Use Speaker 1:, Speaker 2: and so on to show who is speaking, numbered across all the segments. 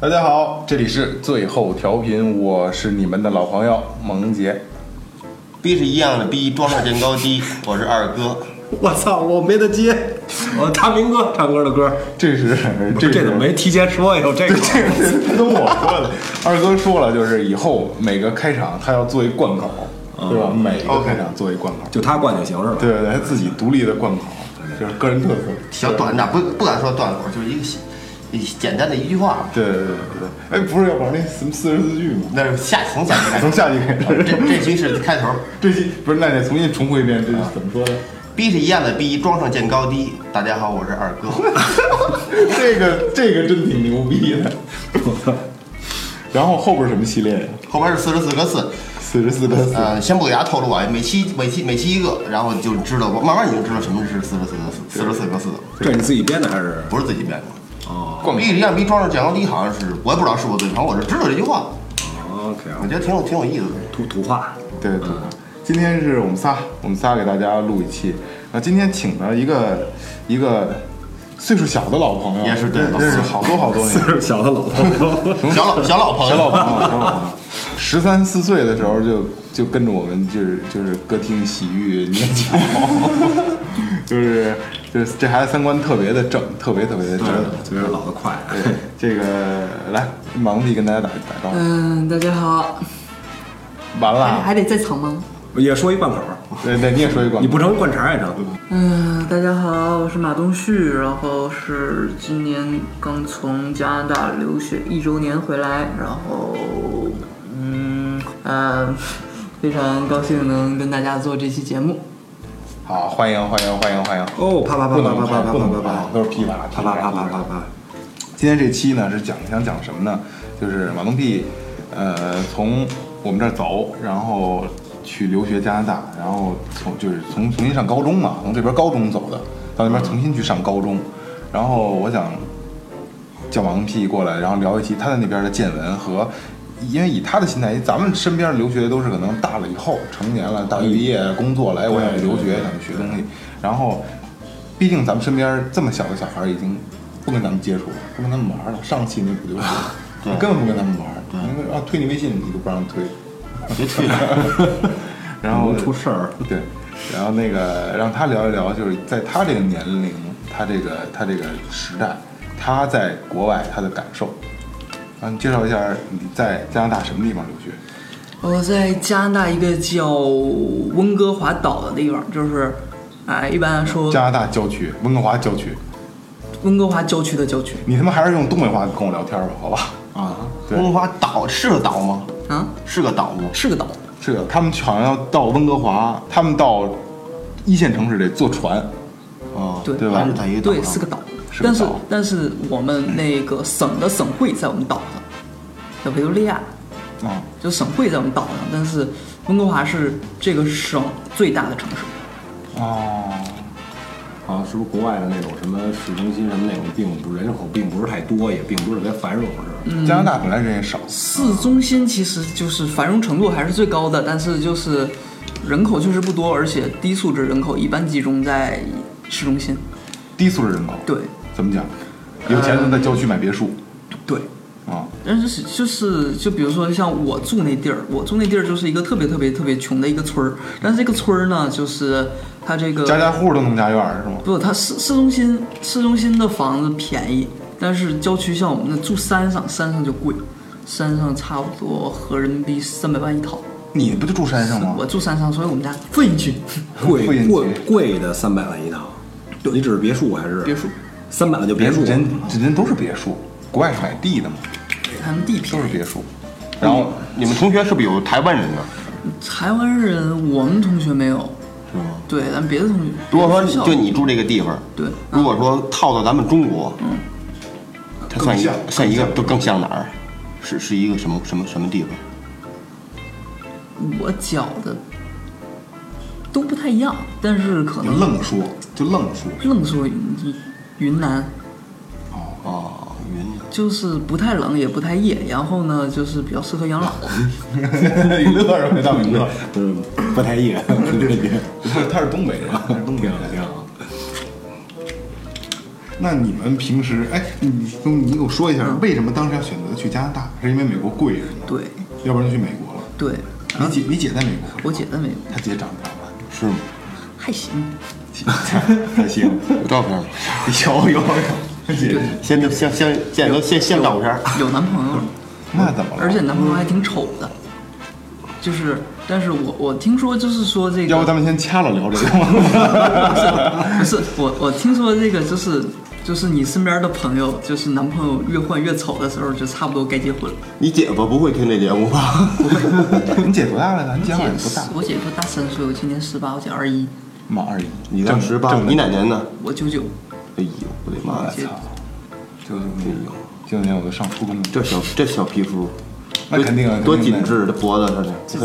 Speaker 1: 大家好，这里是最后调频，我是你们的老朋友萌杰。
Speaker 2: 逼是一样的逼，装上变高低。我是二哥，
Speaker 3: 我操，我没得接，我大明哥唱歌的歌，
Speaker 1: 这是
Speaker 3: 这
Speaker 1: 是
Speaker 3: 怎么没提前说呀？我这个
Speaker 1: 这是他跟我说的。二哥说了，就是以后每个开场他要做一贯口，
Speaker 3: 嗯
Speaker 1: 对吧？每一个开场做一贯口，
Speaker 3: 就他灌就行是吧？
Speaker 1: 对对对，他自己独立的贯口，就是个人特色。
Speaker 2: 小短点，不不敢说断口，就是一个小一简单的一句话。
Speaker 1: 对对对对对，哎，不是要玩那什么四十四句吗？哎
Speaker 2: 那是下从下开
Speaker 1: 从
Speaker 2: 始，
Speaker 1: 下集开
Speaker 2: 这
Speaker 1: 始，
Speaker 2: 这局是开头。
Speaker 1: 这期不是那得重新重复一遍，这是怎么说的？
Speaker 2: 逼是一样的逼，装上见高低。大家好，我是二哥。
Speaker 1: 这个这个真挺牛逼 的。然后后边什么系列呀？
Speaker 2: 后边是四十四个四，
Speaker 1: 四十四个四，
Speaker 2: 呃，先不给大家透露啊，每期每期每期一个，然后你就知道，慢慢你就知道什么是四十四个四，四十四个四，
Speaker 3: 这是你自己编的还是？
Speaker 2: 不是自己编的。
Speaker 3: 哦
Speaker 2: 逼是一样逼，装上见高低，好像是我也不知道是我对，反正我是知道这句话，
Speaker 3: ，OK，
Speaker 2: 我觉得挺有挺有意思的。
Speaker 3: 土土话，
Speaker 1: 对对。今天是我们仨，我们仨给大家录一期。然后今天请了一个一个岁数小的老朋友，
Speaker 2: 也是对
Speaker 1: 认认识好多好多年
Speaker 3: 四，十小的老头，
Speaker 2: 小老小老朋友，
Speaker 1: 小老朋友，小老朋友。十三四岁的时候就就跟着我们，就是就是歌厅洗浴练脚，就是就是这孩子三观特别的正，特别特别的正。
Speaker 3: 觉得老的快，
Speaker 1: 对这个来，忙弟跟大家打打招呼。
Speaker 4: 嗯，大家好，
Speaker 1: 完
Speaker 4: 还
Speaker 1: 了，
Speaker 4: 还得再藏吗？
Speaker 3: 也说一贯口，
Speaker 1: 对对，你也说一广
Speaker 3: 你，不成灌肠也成。
Speaker 4: 嗯，大家好，我是马东旭，然后是今年刚从加拿大留学一周年回来，然后嗯呃，非常高兴能跟大家做这期节目。
Speaker 1: 好，欢迎欢迎欢迎欢迎。
Speaker 3: 哦，啪啪啪
Speaker 1: 不
Speaker 3: 啪
Speaker 1: 能
Speaker 3: 啪啪啪
Speaker 1: 不能
Speaker 3: 啪
Speaker 1: 啪
Speaker 3: 啪，
Speaker 1: 都是噼啪
Speaker 3: 啪啪啪啪啪啪。
Speaker 1: 今天这期呢是讲想讲什么呢？就是马东屁，呃，从我们这儿走，然后去留学加拿大，然后从就是从重新上高中嘛，从这边高中走的，到那边重新去上高中，然后我想叫王屁过来，然后聊一期他在那边的见闻和。因为以他的心态，咱们身边留学都是可能大了以后，成年了，大学毕业、工作了，哎，我想去留学，想去学东西。然后，毕竟咱们身边这么小的小孩已经不跟咱们接触了，不跟他们玩了。上期那不留学， 我根本不跟他们玩。那个啊，推你微信你都不让推，
Speaker 2: 别去了。
Speaker 1: 然后
Speaker 3: 容易出事儿。
Speaker 1: 对，然后那个让他聊一聊，就是在他这个年龄，他这个他这个时代，他在国外他的感受。啊，你介绍一下你在加拿大什么地方留学？
Speaker 4: 我在加拿大一个叫温哥华岛的地方，就是啊、一般来说
Speaker 1: 加拿大郊区，温哥华郊区。
Speaker 4: 温哥华郊区的郊区
Speaker 1: 你他妈还是用东北话跟我聊天吧，好吧？
Speaker 3: 啊，
Speaker 1: 对
Speaker 2: 温哥华岛是个岛吗？
Speaker 4: 啊，
Speaker 2: 是个岛吗？
Speaker 4: 是个岛。
Speaker 1: 是的，他们好像要到温哥华，他们到一线城市得坐船，
Speaker 2: 啊，
Speaker 4: 对
Speaker 1: 对吧
Speaker 2: 还是在一个岛
Speaker 4: 对，
Speaker 2: 上
Speaker 4: 是个岛。
Speaker 1: 是个
Speaker 4: 但是
Speaker 1: 岛
Speaker 4: 但是我们那个省的省会在我们岛上，叫维多利亚，
Speaker 1: 啊、
Speaker 4: 就省会在我们岛上。但是温哥华是这个省最大的城市，
Speaker 1: 哦，
Speaker 3: 好像是不是国外的那种什么市中心什么那种，并不人口并不是太多，也并不是特别繁荣，是吧？
Speaker 1: 加拿大本来人也少，
Speaker 4: 市中心其实就是繁荣程度还是最高的，但是就是人口确实不多，而且低素质人口一般集中在市中心。
Speaker 1: 低素质人口。
Speaker 4: 对，
Speaker 1: 怎么讲？有钱人在郊区买别墅
Speaker 4: 对。
Speaker 1: 啊、
Speaker 4: 但是是就是就比如说像我住那地儿，我住那地儿就是一个特别特别特别穷的一个村儿，但是这个村儿呢，就是它这个
Speaker 1: 家家户户都能家院儿是吗？
Speaker 4: 不，它市市中心市中心的房子便宜，但是郊区像我们那住山上，山上就贵，山上差不多合人民币三百万一套。
Speaker 1: 你不就住山上吗
Speaker 4: 我？住山上，所以我们家费进去。
Speaker 1: 会
Speaker 3: 贵
Speaker 1: 引
Speaker 3: 贵
Speaker 1: 起
Speaker 3: 贵的三百万一套，你指别墅还是
Speaker 4: 别墅？
Speaker 3: 三百万就别
Speaker 1: 别
Speaker 3: 墅
Speaker 1: 墅，人人都是别墅，国外是买地的嘛，
Speaker 4: 他们地
Speaker 1: 都是
Speaker 4: 便宜。
Speaker 1: 别 墅。然后
Speaker 2: 你们同学是不是有台湾人呢？
Speaker 4: 台湾人，我们同学没有，
Speaker 2: 是吗？
Speaker 4: 对，咱别的同学。
Speaker 2: 如果说
Speaker 4: 别的学校
Speaker 2: 就你住这个地方，
Speaker 4: 对啊
Speaker 2: 如果说套到咱们中国，嗯，它算一个
Speaker 1: 更像
Speaker 2: 算一个都更像哪儿？是是一个什么什么什么地方？
Speaker 4: 我觉得都不太一样，但是
Speaker 1: 就
Speaker 4: 可能
Speaker 1: 愣说，就愣说。
Speaker 4: 愣说云南，
Speaker 2: 哦，云
Speaker 4: 就是不太冷也不太热，然后呢就是比较适合养老。
Speaker 1: 你乐什么呀，大明哥？
Speaker 3: 嗯，不太野，
Speaker 1: 他是他是东北人。
Speaker 3: 东挺好挺好。
Speaker 1: 那你们平时，哎，你你给我说一下，为什么当时要选择去加拿大？是因为美国贵是吗？
Speaker 4: 嗯对啊
Speaker 1: 要不然就去美国了。
Speaker 4: 对，
Speaker 1: 你姐你姐在美国？
Speaker 4: 我姐在美国
Speaker 1: 她姐长得漂亮吗。
Speaker 2: 是吗？
Speaker 4: 还行，
Speaker 1: 还行，
Speaker 2: 有照片吗？
Speaker 4: 嗯
Speaker 1: 有有有，姐，
Speaker 2: 先先先先都先先照片。
Speaker 4: 有男朋
Speaker 1: 哦
Speaker 4: 友了，
Speaker 1: 那怎么了？
Speaker 4: 而且男朋友还挺丑的。就是，但是我我听说就是说这个，
Speaker 1: 要不咱们先掐了聊这 个吧。
Speaker 4: 不是我，我听说这个就是就是你身边的朋友，就是男朋友越换越丑的时候，就差不多该结婚了。
Speaker 2: 你姐夫不会听这节目吧？
Speaker 1: 你姐多大来着？你姐好像不 大，
Speaker 4: 我姐夫大三岁，我今年十八，我姐二一，
Speaker 1: 妈二姨，
Speaker 2: 你当时八，你哪年的？
Speaker 4: 我九九。
Speaker 2: 哎呦，我的妈
Speaker 1: 我
Speaker 2: 呀！
Speaker 1: 操，九九
Speaker 2: 哎
Speaker 1: 年，
Speaker 2: 呦，
Speaker 1: 九九年我都上初中了，
Speaker 2: 这小这小皮肤，
Speaker 1: 那肯定啊，
Speaker 2: 多
Speaker 1: 肯定的
Speaker 2: 紧！致，这脖子上这，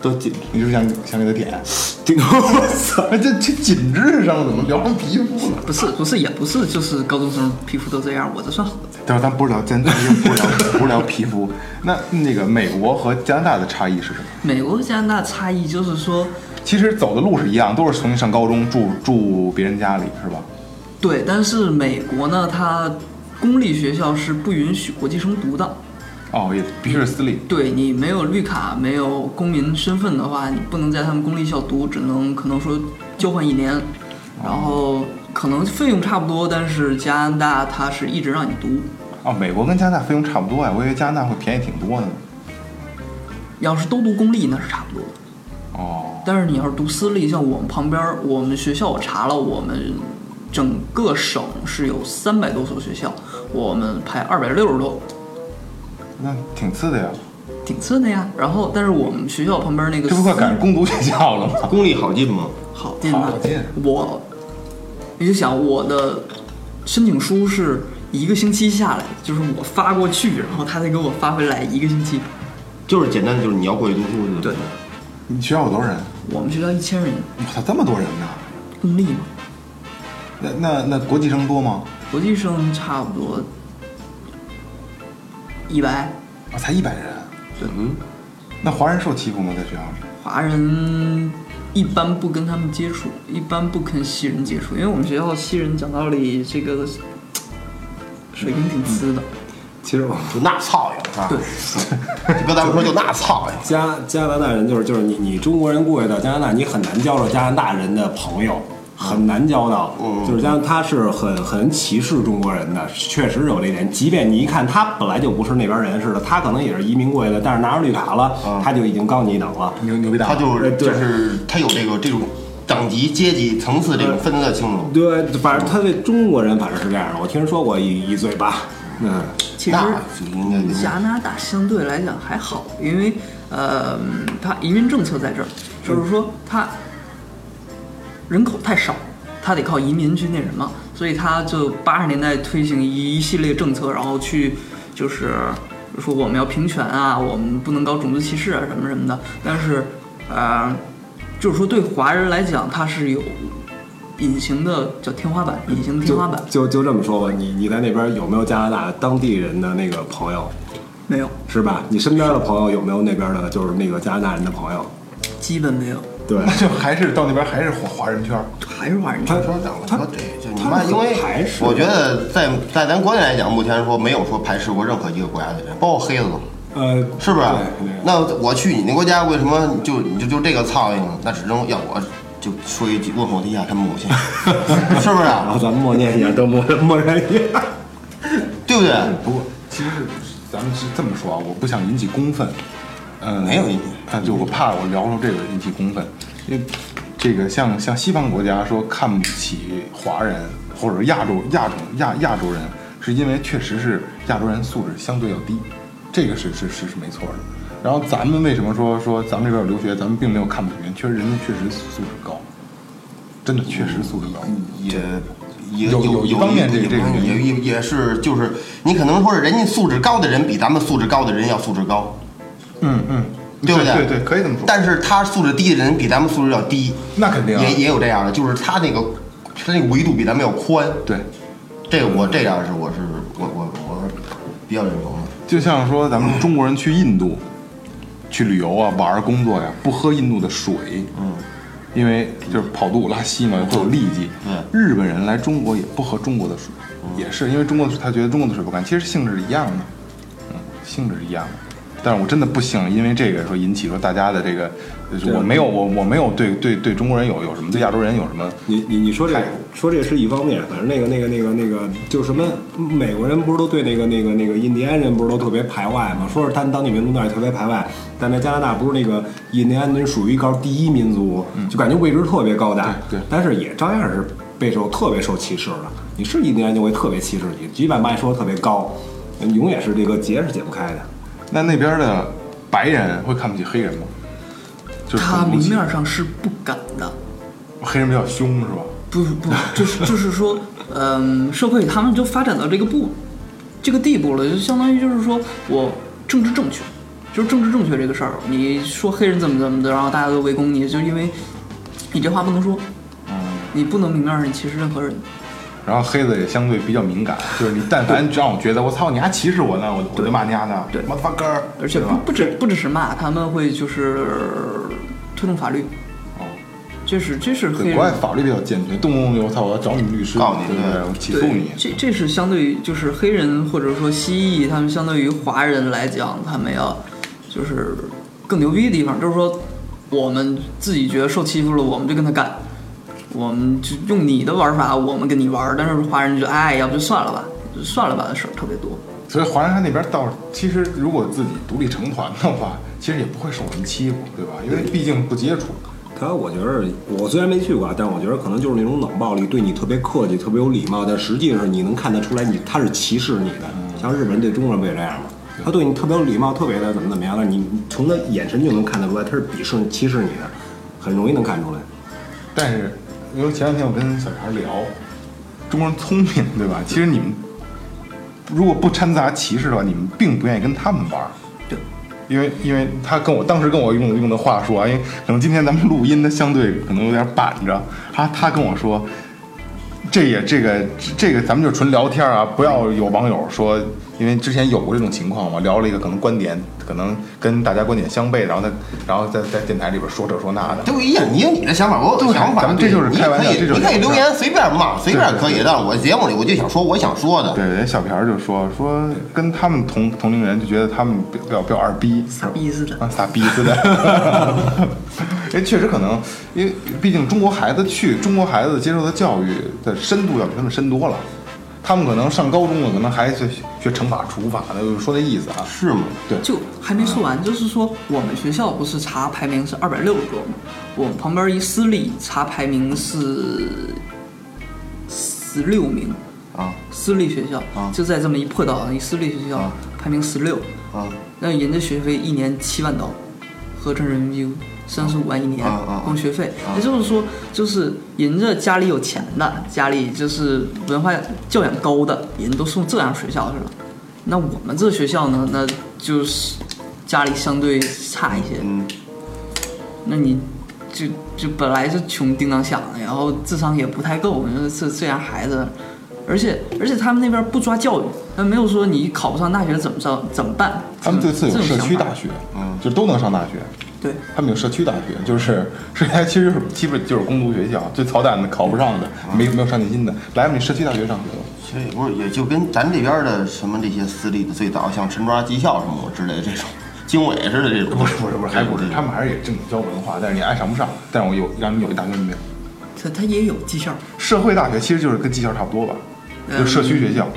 Speaker 2: 多紧致。
Speaker 1: 你是不是想想给他 点？
Speaker 2: 这个我操！
Speaker 1: 哎，这这紧致上了怎么聊成皮肤了？
Speaker 4: 不是不是也不是，就是高中生皮肤都这样，我这算好的。
Speaker 1: 但是咱不是聊，咱咱又不是聊，不是聊皮肤。 那那个美国和加拿大的差异是什么？
Speaker 4: 美国和加拿大差异就是说，
Speaker 1: 其实走的路是一样，都是从上高中住住别人家里，是吧？
Speaker 4: 对，但是美国呢，它公立学校是不允许国际生读的。
Speaker 1: 哦，也必须是私立。
Speaker 4: 对你没有绿卡、没有公民身份的话，你不能在他们公立校读，只能可能说交换一年，然后可能费用差不多，但是加拿大它是一直让你读。
Speaker 1: 哦，美国跟加拿大费用差不多呀，我以为加拿大会便宜挺多的呢。
Speaker 4: 要是都读公立，那是差不多的。
Speaker 1: 哦，
Speaker 4: 但是你要是读私立，像我们旁边儿，我们学校我查了，我们整个省是有三百多所学校，我们排二百六十多，
Speaker 1: 那挺次的呀，
Speaker 4: 挺次的呀。然后，但是我们学校旁边那个
Speaker 1: 这不快
Speaker 4: 私
Speaker 1: 赶上工读学校了吗？
Speaker 2: 功力好进吗？
Speaker 4: 好进吧
Speaker 1: 好进
Speaker 4: 我，你就想我的申请书是一个星期下来，就是我发过去，然后他再给我发回来一个星期。
Speaker 2: 就是简单的，就是你要过去读书就
Speaker 4: 对，
Speaker 1: 你学校有多少人？
Speaker 4: 我们学校一千人，
Speaker 1: 我操，这么多人呢？
Speaker 4: 公立嘛，
Speaker 1: 那那那国际生多吗？
Speaker 4: 国际生差不多一百，
Speaker 1: 啊，才一百人。
Speaker 2: 嗯，
Speaker 1: 那华人受欺负吗？在学校里？
Speaker 4: 华人一般不跟他们接触，一般不跟西人接触，因为我们学校西人讲道理这个水平挺次的。
Speaker 3: 其实我
Speaker 2: 就那操呀！啊，
Speaker 4: 对，
Speaker 2: 搁咱们 说就那操 呀。
Speaker 3: 加加拿大人就是就是你你中国人过去到加拿大，你很难交到加拿大人的朋友，很难交到。
Speaker 2: 嗯
Speaker 3: 就是加拿他是很很歧视中国人的，确实是有这一点。即便你一看他本来就不是那边人似的，他可能也是移民过去的，但是拿着绿卡了，他就已经高你一等了。
Speaker 1: 牛牛逼大
Speaker 2: 他
Speaker 1: 吗？
Speaker 2: 就是
Speaker 3: 对
Speaker 2: 就是他有这个这种等级、阶级、层次这种分得清楚。
Speaker 3: 对，反正他对中国人反正是这样的，我听说过一一嘴巴。嗯，
Speaker 4: 其实
Speaker 2: 那就应该
Speaker 4: 加拿大相对来讲还好，因为呃，它移民政策在这儿，就是说它人口太少，它得靠移民去那什么，所以它就八十年代推行一系列政策，然后去就是说我们要平权啊，我们不能搞种族歧视啊什么什么的，但是呃，就是说对华人来讲，它是有隐形的叫天花板，隐形的天
Speaker 3: 就
Speaker 4: 花板
Speaker 3: 就就这么说吧，你你在那边有没有加拿大当地人的那个朋友，
Speaker 4: 没有，
Speaker 3: 是吧？你身边的朋友有没有那边的，就是那个加拿大人的朋友？
Speaker 4: 基本没有，
Speaker 3: 对，
Speaker 1: 那就还是到那边还是华华人圈儿。
Speaker 4: 还是华人
Speaker 3: 他
Speaker 4: 圈
Speaker 2: 我说讲，我说这就你
Speaker 3: 他
Speaker 2: 妈，因为
Speaker 3: 还是
Speaker 2: 我觉得在在咱国内来讲，目前说没有说排斥过任何一个国家的人，包括黑子，
Speaker 3: 呃，
Speaker 2: 是不是
Speaker 3: 对对？
Speaker 2: 那我去你那国家为什么就你就就这个苍蝇？那只能要我就说一句问候天下他们母亲， 是啊不是？
Speaker 3: 然后咱们默念一下，都默默然一下。
Speaker 2: 对不对？
Speaker 1: 不过其实咱们是这么说啊，我不想引起公愤，嗯，
Speaker 2: 没有引起
Speaker 1: 啊，就我怕我聊出这个引起公愤，因为这个像像西方国家说看不起华人或者亚洲亚种亚亚洲人，是因为确实是亚洲人素质相对要低，这个是是是是没错的。然后咱们为什么说说咱们这边有留学，咱们并没有看不起人，确实人家确实素质高，真的确实素质高。
Speaker 2: 也也
Speaker 1: 有有
Speaker 2: 有
Speaker 1: 一方面这这个原因
Speaker 2: 也也也是就是你可能说是人家素质高的人比咱们素质高的人要素质高，
Speaker 1: 嗯嗯，
Speaker 2: 对不
Speaker 1: 对？
Speaker 2: 对
Speaker 1: 对可以这么说。
Speaker 2: 但是他素质低的人比咱们素质要低，
Speaker 1: 那肯定啊
Speaker 2: 也也有这样的，就是他那个他那个维度比咱们要宽。
Speaker 1: 对，
Speaker 2: 这个我这样是我是我我我比较认同的。
Speaker 1: 就像说咱们中国人去印度、去旅游啊、玩儿、工作呀、不喝印度的水，嗯，因为就是跑肚拉稀嘛，会有痢疾。
Speaker 2: 对
Speaker 1: 日本人来中国也不喝中国的水，也是因为中国的水，他觉得中国的水不干，其实性质是一样的，嗯，性质是一样的。但是我真的不想因为这个说引起说大家的这个，就是我没有我我没有对对对中国人有有什么对亚洲人有什么
Speaker 3: 你你你说这
Speaker 1: 态
Speaker 3: 个
Speaker 1: 度
Speaker 3: 说这是一方面，反正那个那个那个那个就是什么，美国人不是都对那个那个那个印第安人不是都特别排外吗？说是他们当地民族那儿也特别排外，但在加拿大不是那个印第安人属于高第一民族，就感觉位置特别高大，
Speaker 1: 嗯对对
Speaker 3: 但是也照样是备受特别受歧视的。你是印第安人就会特别歧视你，几百迈说得特别高，永远是这个结是解不开的。
Speaker 1: 那那边的白人会看不起黑人吗？就是
Speaker 4: 他
Speaker 1: 种族
Speaker 4: 明
Speaker 1: 歧视
Speaker 4: 面上是不敢的，
Speaker 1: 黑人比较凶是吧？
Speaker 4: 不不不，就是就是说，嗯，社会他们就发展到这个步这个地步了，就相当于就是说我政治正确，就是政治正确这个事儿，你说黑人怎么怎么的，然后大家都围攻你，就因为你这话不能说，
Speaker 1: 嗯
Speaker 4: 你不能明面上歧视任何人，
Speaker 1: 然后黑子也相对比较敏感，就是你但凡让我觉得我操你还歧视我呢，我我就骂你丫的，
Speaker 4: 对
Speaker 1: 我发根儿，
Speaker 4: 而且
Speaker 1: 对
Speaker 4: 不
Speaker 1: 吧？
Speaker 4: 不只不只是骂，他们会就是推动法律，
Speaker 1: 哦
Speaker 4: 这是这是黑
Speaker 1: 对，
Speaker 4: 人
Speaker 1: 国外法律比较健全，动不动就我操我要找你们律师，
Speaker 2: 告你
Speaker 1: 对不对？
Speaker 2: 对
Speaker 1: 我起
Speaker 4: 对，
Speaker 1: 诉你。
Speaker 4: 这这是相对于就是黑人或者说蜥蜴，他们相对于华人来讲，他们要就是更牛逼的地方，就是说我们自己觉得受欺负了，我们就跟他干，我们就用你的玩法，我们跟你玩，但是华人就觉得哎，要不就算了吧，就算了吧的事儿特别多。
Speaker 1: 所以华人他那边倒是，其实如果自己独立成团的话，其实也不会受人欺负，对吧？因为毕竟不接触。
Speaker 3: 他我觉得，我虽然没去过啊，但我觉得可能就是那种冷暴力，对你特别客气、特别有礼貌，但实际上你能看得出来你，他是歧视你的。
Speaker 1: 嗯
Speaker 3: 像日本人对中国人不也这样吗？他对你特别有礼貌，特别的怎么怎么样的，你你从他眼神就能看得出来，他是鄙视、歧视你的，很容易能看出来。
Speaker 1: 但是，因为前两天我跟小孩聊，中国人聪明，对吧？其实你们如果不掺杂歧视的话，你们并不愿意跟他们玩儿。
Speaker 4: 对，
Speaker 1: 因为因为他跟我当时跟我用用的话说啊，因为可能今天咱们录音，他相对可能有点板着，他他跟我说，这也这个这个咱们就纯聊天啊，不要有网友说，因为之前有过这种情况嘛，聊了一个可能观点可能跟大家观点相悖，然后他然后在在电台里边说这说那的，
Speaker 2: 都一样，你有你的想法，我有我的
Speaker 1: 对啊
Speaker 2: 想法。
Speaker 1: 咱们这就是
Speaker 2: 你
Speaker 1: 开玩笑
Speaker 2: 可以
Speaker 1: 这就是
Speaker 2: 你可以留
Speaker 1: 开
Speaker 2: 言随便骂，随便可以。但我节目里我就想说我想说的。
Speaker 1: 对，人小朴就说说跟他们同同龄人就觉得他们比较比较二逼，
Speaker 4: 傻逼似的
Speaker 1: 啊，傻逼似的。 因为确实可能，因为毕竟中国孩子去中国孩子接受的教育的深度要比他们深多了。他们可能上高中了，可能还学学乘法、除法的，就是说那意思啊。
Speaker 2: 是吗？
Speaker 1: 对，
Speaker 4: 就还没说完，就是说我们学校不是查排名是二百六十多吗？我们旁边一私立查排名是十六名，
Speaker 2: 啊
Speaker 4: 私立学校、
Speaker 2: 啊
Speaker 4: 就在这么一破岛上，一私立学校、
Speaker 2: 啊
Speaker 4: 排名十六，
Speaker 2: 啊
Speaker 4: 那人家学费一年七万刀，合成人民币三十五万一年，
Speaker 2: 啊啊啊
Speaker 4: 光学费。也就是说，就是人家家里有钱的，家里就是文化教养高的，人都送这样学校去了。那我们这学校呢，那就是家里相对差一些，
Speaker 2: 嗯，
Speaker 4: 那你就就本来就穷叮当响的，然后哦智商也不太够，你说这这样孩子，而且而且他们那边不抓教育，他没有说你考不上大学怎么着怎么办，
Speaker 1: 他们
Speaker 4: 这
Speaker 1: 这
Speaker 4: 种
Speaker 1: 次有社区大，学，
Speaker 2: 嗯
Speaker 1: 就都能上大学。
Speaker 4: 这种想法对，
Speaker 1: 他们有社区大学，就是社区大学其实就是基本就是工读学校，最操蛋的、考不上的、没没有上进心的，来我们社区大学上学吧。
Speaker 2: 其实也不是，也就跟咱这边的什么这些私立的，最早像陈庄技校什么之类的这种，经纬似的这种。
Speaker 1: 不是不是不是，还不是，
Speaker 2: 对
Speaker 1: 他们还是也正经教文化，但是你爱上不上，但是我有让你有一大学没有。
Speaker 4: 他他也有技校，
Speaker 1: 社会大学其实就是跟技校差不多吧，
Speaker 4: 嗯
Speaker 1: 就是社区学校。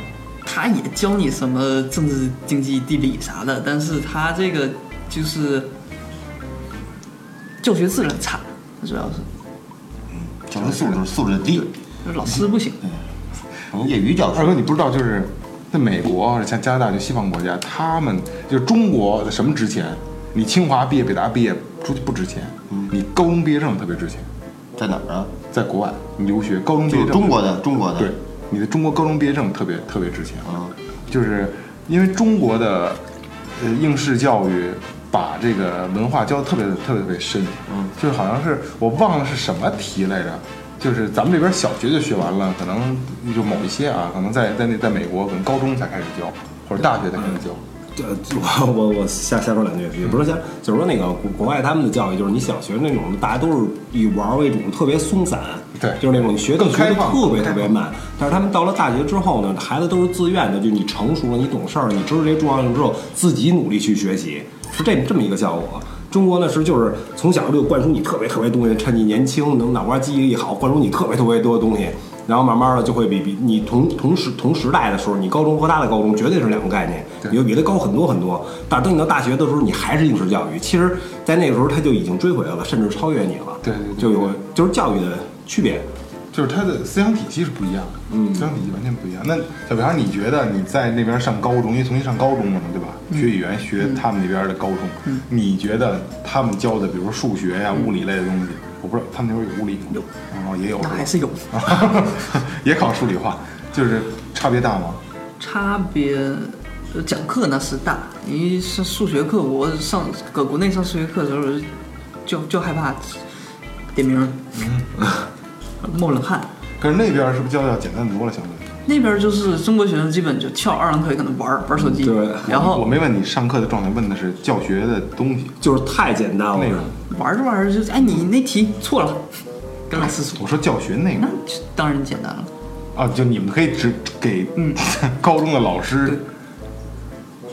Speaker 4: 他也教你什么政治、经济、地理啥的，但是他这个就是教学质量差，主要是
Speaker 2: 整个素质素质低，
Speaker 4: 就是老师不行。
Speaker 2: 可能业余教
Speaker 1: 二
Speaker 2: 师
Speaker 1: 哥，你不知道就是在美国像加拿大就西方国家，他们就是中国什么值钱？你清华毕业、北大毕业出去不值钱，
Speaker 2: 嗯
Speaker 1: 你高中毕业证特别值钱，
Speaker 2: 在哪儿啊？
Speaker 1: 在国外你留学高中毕
Speaker 2: 就
Speaker 1: 业
Speaker 2: 是
Speaker 1: 证
Speaker 2: 中国的中国的
Speaker 1: 对你的中国高中毕业证特别特别值钱。
Speaker 2: 啊，
Speaker 1: 就是因为中国的呃应试教育把这个文化教得特别特别特别深，
Speaker 2: 嗯，
Speaker 1: 就是好像是我忘了是什么题来着，就是咱们这边小学就学完了，可能就某一些啊，可能在在那在美国可能高中才开始教，或或者大学才开始教。
Speaker 3: 对， 我我我瞎瞎说两句，也不是瞎，就是说那个国国外他们的教育，就是你想学那种大家都是以玩儿为主，特别松散，
Speaker 1: 对
Speaker 3: 就是那种学的
Speaker 1: 更
Speaker 3: 学的
Speaker 1: 开放
Speaker 3: 特别
Speaker 1: 更开
Speaker 3: 特
Speaker 1: 放
Speaker 3: 别慢。但是他们到了大学之后呢，孩子都是自愿的，就你成熟了，你懂事儿，你知道这些重要性之后，自己努力去学习，是这这么一个效果。中国呢是就是从小就灌输你特别特别东西，趁你年轻能脑瓜记忆力好，灌输你特别特别多的东西，然后慢慢的就会比比你同同时同时代的时候，你高中和他的高中绝对是两个概念，你会比他高很多很多。但是等你到大学的时候，你还是应试教育，其实，在那个时候他就已经追回来了，甚至超越你了。
Speaker 1: 对对对
Speaker 3: 就有就是教育的区别。
Speaker 1: 就是他的思想体系是不一样的，嗯，思想体系完全不一样。那小平，你觉得你在那边上高中，因为重新上高中了嘛，对吧？
Speaker 4: 嗯
Speaker 1: 学语言学他们那边的高中，你觉得他们教的，比如说数学呀、
Speaker 4: 嗯
Speaker 1: 物理类的东西，我不知道他们那边有物理吗？有，哦，也有，
Speaker 4: 那还是有
Speaker 1: 吧 也考数理化，就是差别大吗？
Speaker 4: 差别。呃讲课那是大，你上数学课，我上搁国内上数学课的时候，就就害怕点名儿，冒冷汗。
Speaker 1: 可是那边是不是教的要简单多了？相对，
Speaker 4: 那边就是中国学生基本就翘二郎腿搁那玩儿玩手机，
Speaker 3: 对
Speaker 1: 我
Speaker 4: 然后
Speaker 1: 没问你上课的状态，问的是教学的东西
Speaker 3: 就是太简单了。
Speaker 1: 内容。
Speaker 4: 玩着玩着就哎你那题错了，跟老师说，
Speaker 1: 我说教学内
Speaker 4: 那
Speaker 1: 容
Speaker 4: 就当然简单了。
Speaker 1: 啊，就你们可以只给
Speaker 4: 嗯
Speaker 1: 高中的老师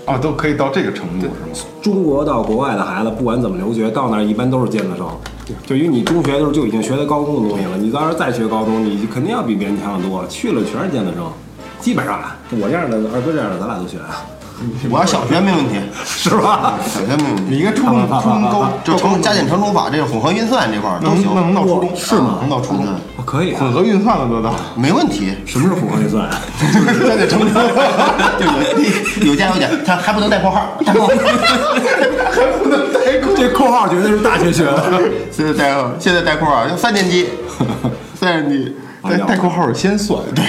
Speaker 1: 啊，都可以到这个程度是吗？
Speaker 3: 中国到国外的孩子，不管怎么留学，到那儿一般都是尖子生。就因为你中学的时候就已经学的高中的东西了，你到时候再学高中，你肯定要比别人强得多。去了全是尖子生，基本上啊，我这样的二哥这样的，咱俩都学啊，
Speaker 2: 我要小学没问题，
Speaker 3: 是吧？
Speaker 2: 小学没问
Speaker 1: 你
Speaker 2: 题，
Speaker 1: 应该初中、初中、高
Speaker 2: 就乘加减乘除法这个混合运算这块儿都
Speaker 1: 能
Speaker 2: 行，啊
Speaker 1: 能到初
Speaker 3: 哇
Speaker 1: 中
Speaker 3: 是吗
Speaker 1: 能到初中，
Speaker 3: 我可以、
Speaker 1: 混
Speaker 3: 啊，
Speaker 1: 合运算了都到，
Speaker 2: 没问题。
Speaker 3: 什么是符合运算？
Speaker 1: 就是加减乘除，
Speaker 2: 就有有加有减，它还不能带 括号，带括号，
Speaker 3: 这括号绝对是大学啊学 的。
Speaker 2: 现在带括号现在带括号，要三年级，三年级。
Speaker 1: 带 带括号是先算， 对，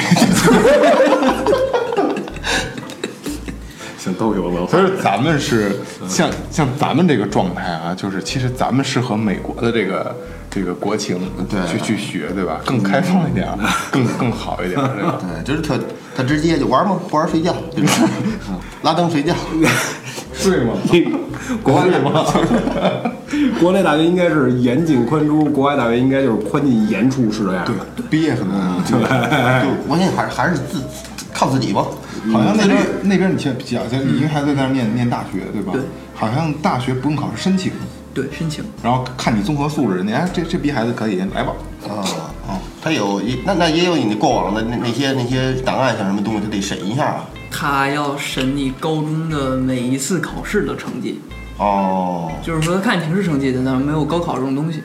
Speaker 3: 行，都有了。
Speaker 1: 所以咱们是像像咱们这个状态啊，就是其实咱们适合美国的这个这个国情，
Speaker 2: 对
Speaker 1: 去去学，对嗯吧？更开放一点儿， 更更好一点儿，啊对吧？
Speaker 2: 对，哎就是特，他直接就玩嘛，不玩睡觉，就是 拉灯睡觉。
Speaker 1: 对吗？
Speaker 3: 国外
Speaker 1: 对吗？
Speaker 3: 国内大学应该是严进宽出，国外大学应该就是宽进严出，是 这样。对，
Speaker 1: 毕业很难，对
Speaker 2: 就关键还是还是自自靠自己吧。
Speaker 1: 好像那边那边你先讲，像你因为还在那儿念念大学，对吧？
Speaker 4: 对
Speaker 1: 好像大学不用考试申请，
Speaker 4: 对，申请
Speaker 1: 然后看你综合素质，人家哎这这逼孩子可以，来吧。
Speaker 2: 啊啊，他有一那那也有你过往的那那些那些档案像什么东西，他得审一下啊。
Speaker 4: 他要审你高中的每一次考试的成绩，
Speaker 2: 哦，
Speaker 4: 就是说他看你平时成绩的，但是没有高考这种东西，